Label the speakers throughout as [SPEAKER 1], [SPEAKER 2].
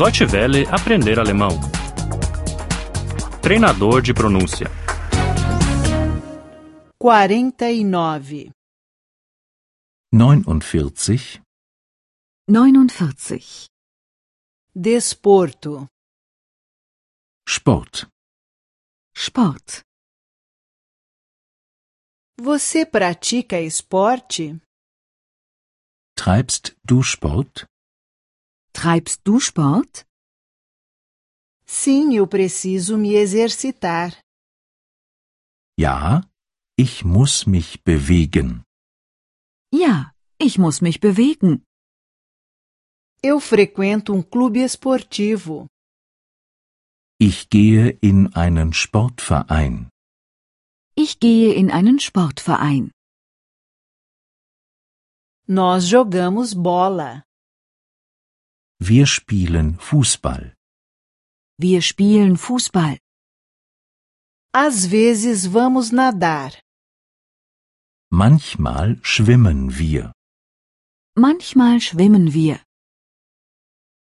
[SPEAKER 1] Deutsche Welle aprender alemão. Treinador de pronúncia.
[SPEAKER 2] 49.
[SPEAKER 3] 49.
[SPEAKER 4] 49.
[SPEAKER 2] Desporto.
[SPEAKER 3] Sport.
[SPEAKER 4] Sport.
[SPEAKER 2] Você pratica esporte?
[SPEAKER 3] Treibst du Sport?
[SPEAKER 4] Treibst du Sport?
[SPEAKER 2] Sim, eu preciso me exercitar.
[SPEAKER 3] Ja, ich muss mich bewegen.
[SPEAKER 4] Ja, ich muss mich bewegen.
[SPEAKER 2] Eu frequento um clube esportivo.
[SPEAKER 3] Ich gehe in einen Sportverein.
[SPEAKER 4] Ich gehe in einen Sportverein.
[SPEAKER 2] Nós jogamos bola.
[SPEAKER 3] Wir spielen Fußball.
[SPEAKER 4] Wir spielen Fußball.
[SPEAKER 2] Às vezes vamos nadar.
[SPEAKER 3] Manchmal schwimmen wir.
[SPEAKER 4] Manchmal schwimmen wir.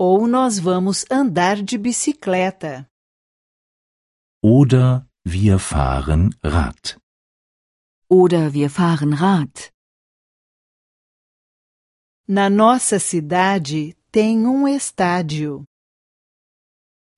[SPEAKER 2] Ou nós vamos andar de bicicleta.
[SPEAKER 3] Oder wir fahren Rad.
[SPEAKER 4] Oder wir fahren Rad.
[SPEAKER 2] Na nossa cidade tem um estádio.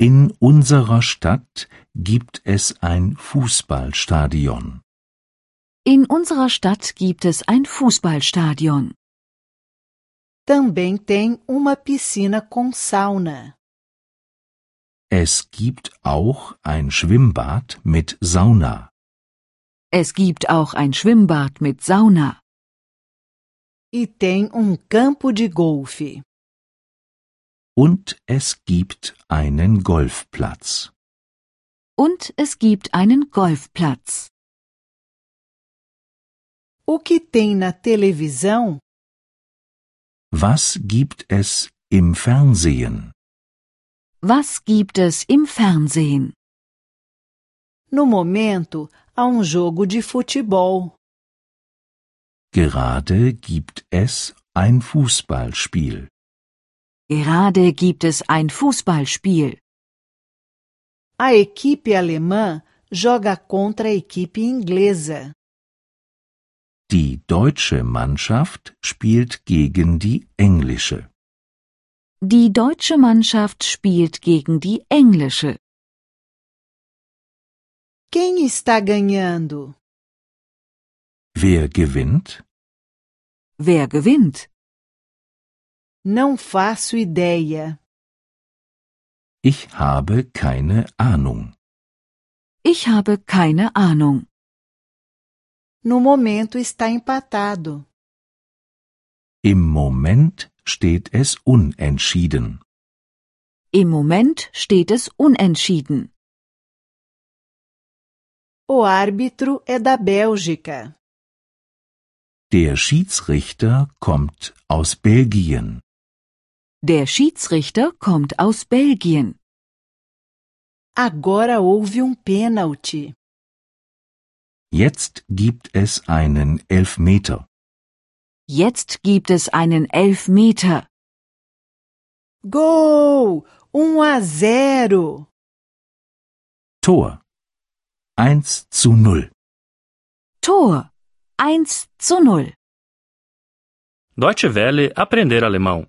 [SPEAKER 3] In unserer Stadt gibt es ein Fußballstadion.
[SPEAKER 4] In unserer Stadt gibt es ein Fußballstadion.
[SPEAKER 2] Também tem uma piscina com sauna.
[SPEAKER 3] Es gibt auch ein Schwimmbad mit Sauna.
[SPEAKER 4] Es gibt auch ein Schwimmbad mit Sauna.
[SPEAKER 2] E tem um campo de golfe.
[SPEAKER 3] Und es gibt einen Golfplatz.
[SPEAKER 4] Und es gibt einen Golfplatz.
[SPEAKER 2] O que tem na televisão?
[SPEAKER 3] Was gibt es im Fernsehen?
[SPEAKER 4] Was gibt es im Fernsehen?
[SPEAKER 2] No momento, há um jogo de futebol.
[SPEAKER 3] Gerade gibt es ein Fußballspiel.
[SPEAKER 4] Gerade gibt es ein Fußballspiel.
[SPEAKER 2] A equipe alemã joga contra a equipe inglesa.
[SPEAKER 3] Die deutsche Mannschaft spielt gegen die englische.
[SPEAKER 4] Die deutsche Mannschaft spielt gegen die englische.
[SPEAKER 2] Quem está ganhando?
[SPEAKER 3] Wer gewinnt?
[SPEAKER 4] Wer gewinnt?
[SPEAKER 2] Não faço ideia.
[SPEAKER 3] Ich habe keine Ahnung.
[SPEAKER 4] Ich habe keine Ahnung.
[SPEAKER 2] No momento está empatado.
[SPEAKER 3] Im Moment steht es unentschieden.
[SPEAKER 4] Im Moment steht es unentschieden.
[SPEAKER 2] O árbitro é da Bélgica.
[SPEAKER 3] Der Schiedsrichter kommt aus Belgien.
[SPEAKER 4] Der Schiedsrichter kommt aus Belgien.
[SPEAKER 2] Agora houve um pênalti.
[SPEAKER 3] Jetzt gibt es einen Elfmeter.
[SPEAKER 4] Jetzt gibt es einen Elfmeter.
[SPEAKER 2] Gol! 1 a 0.
[SPEAKER 3] Tor. 1 zu 0.
[SPEAKER 4] Tor. 1 zu 0.
[SPEAKER 1] Deutsche Welle aprender alemão.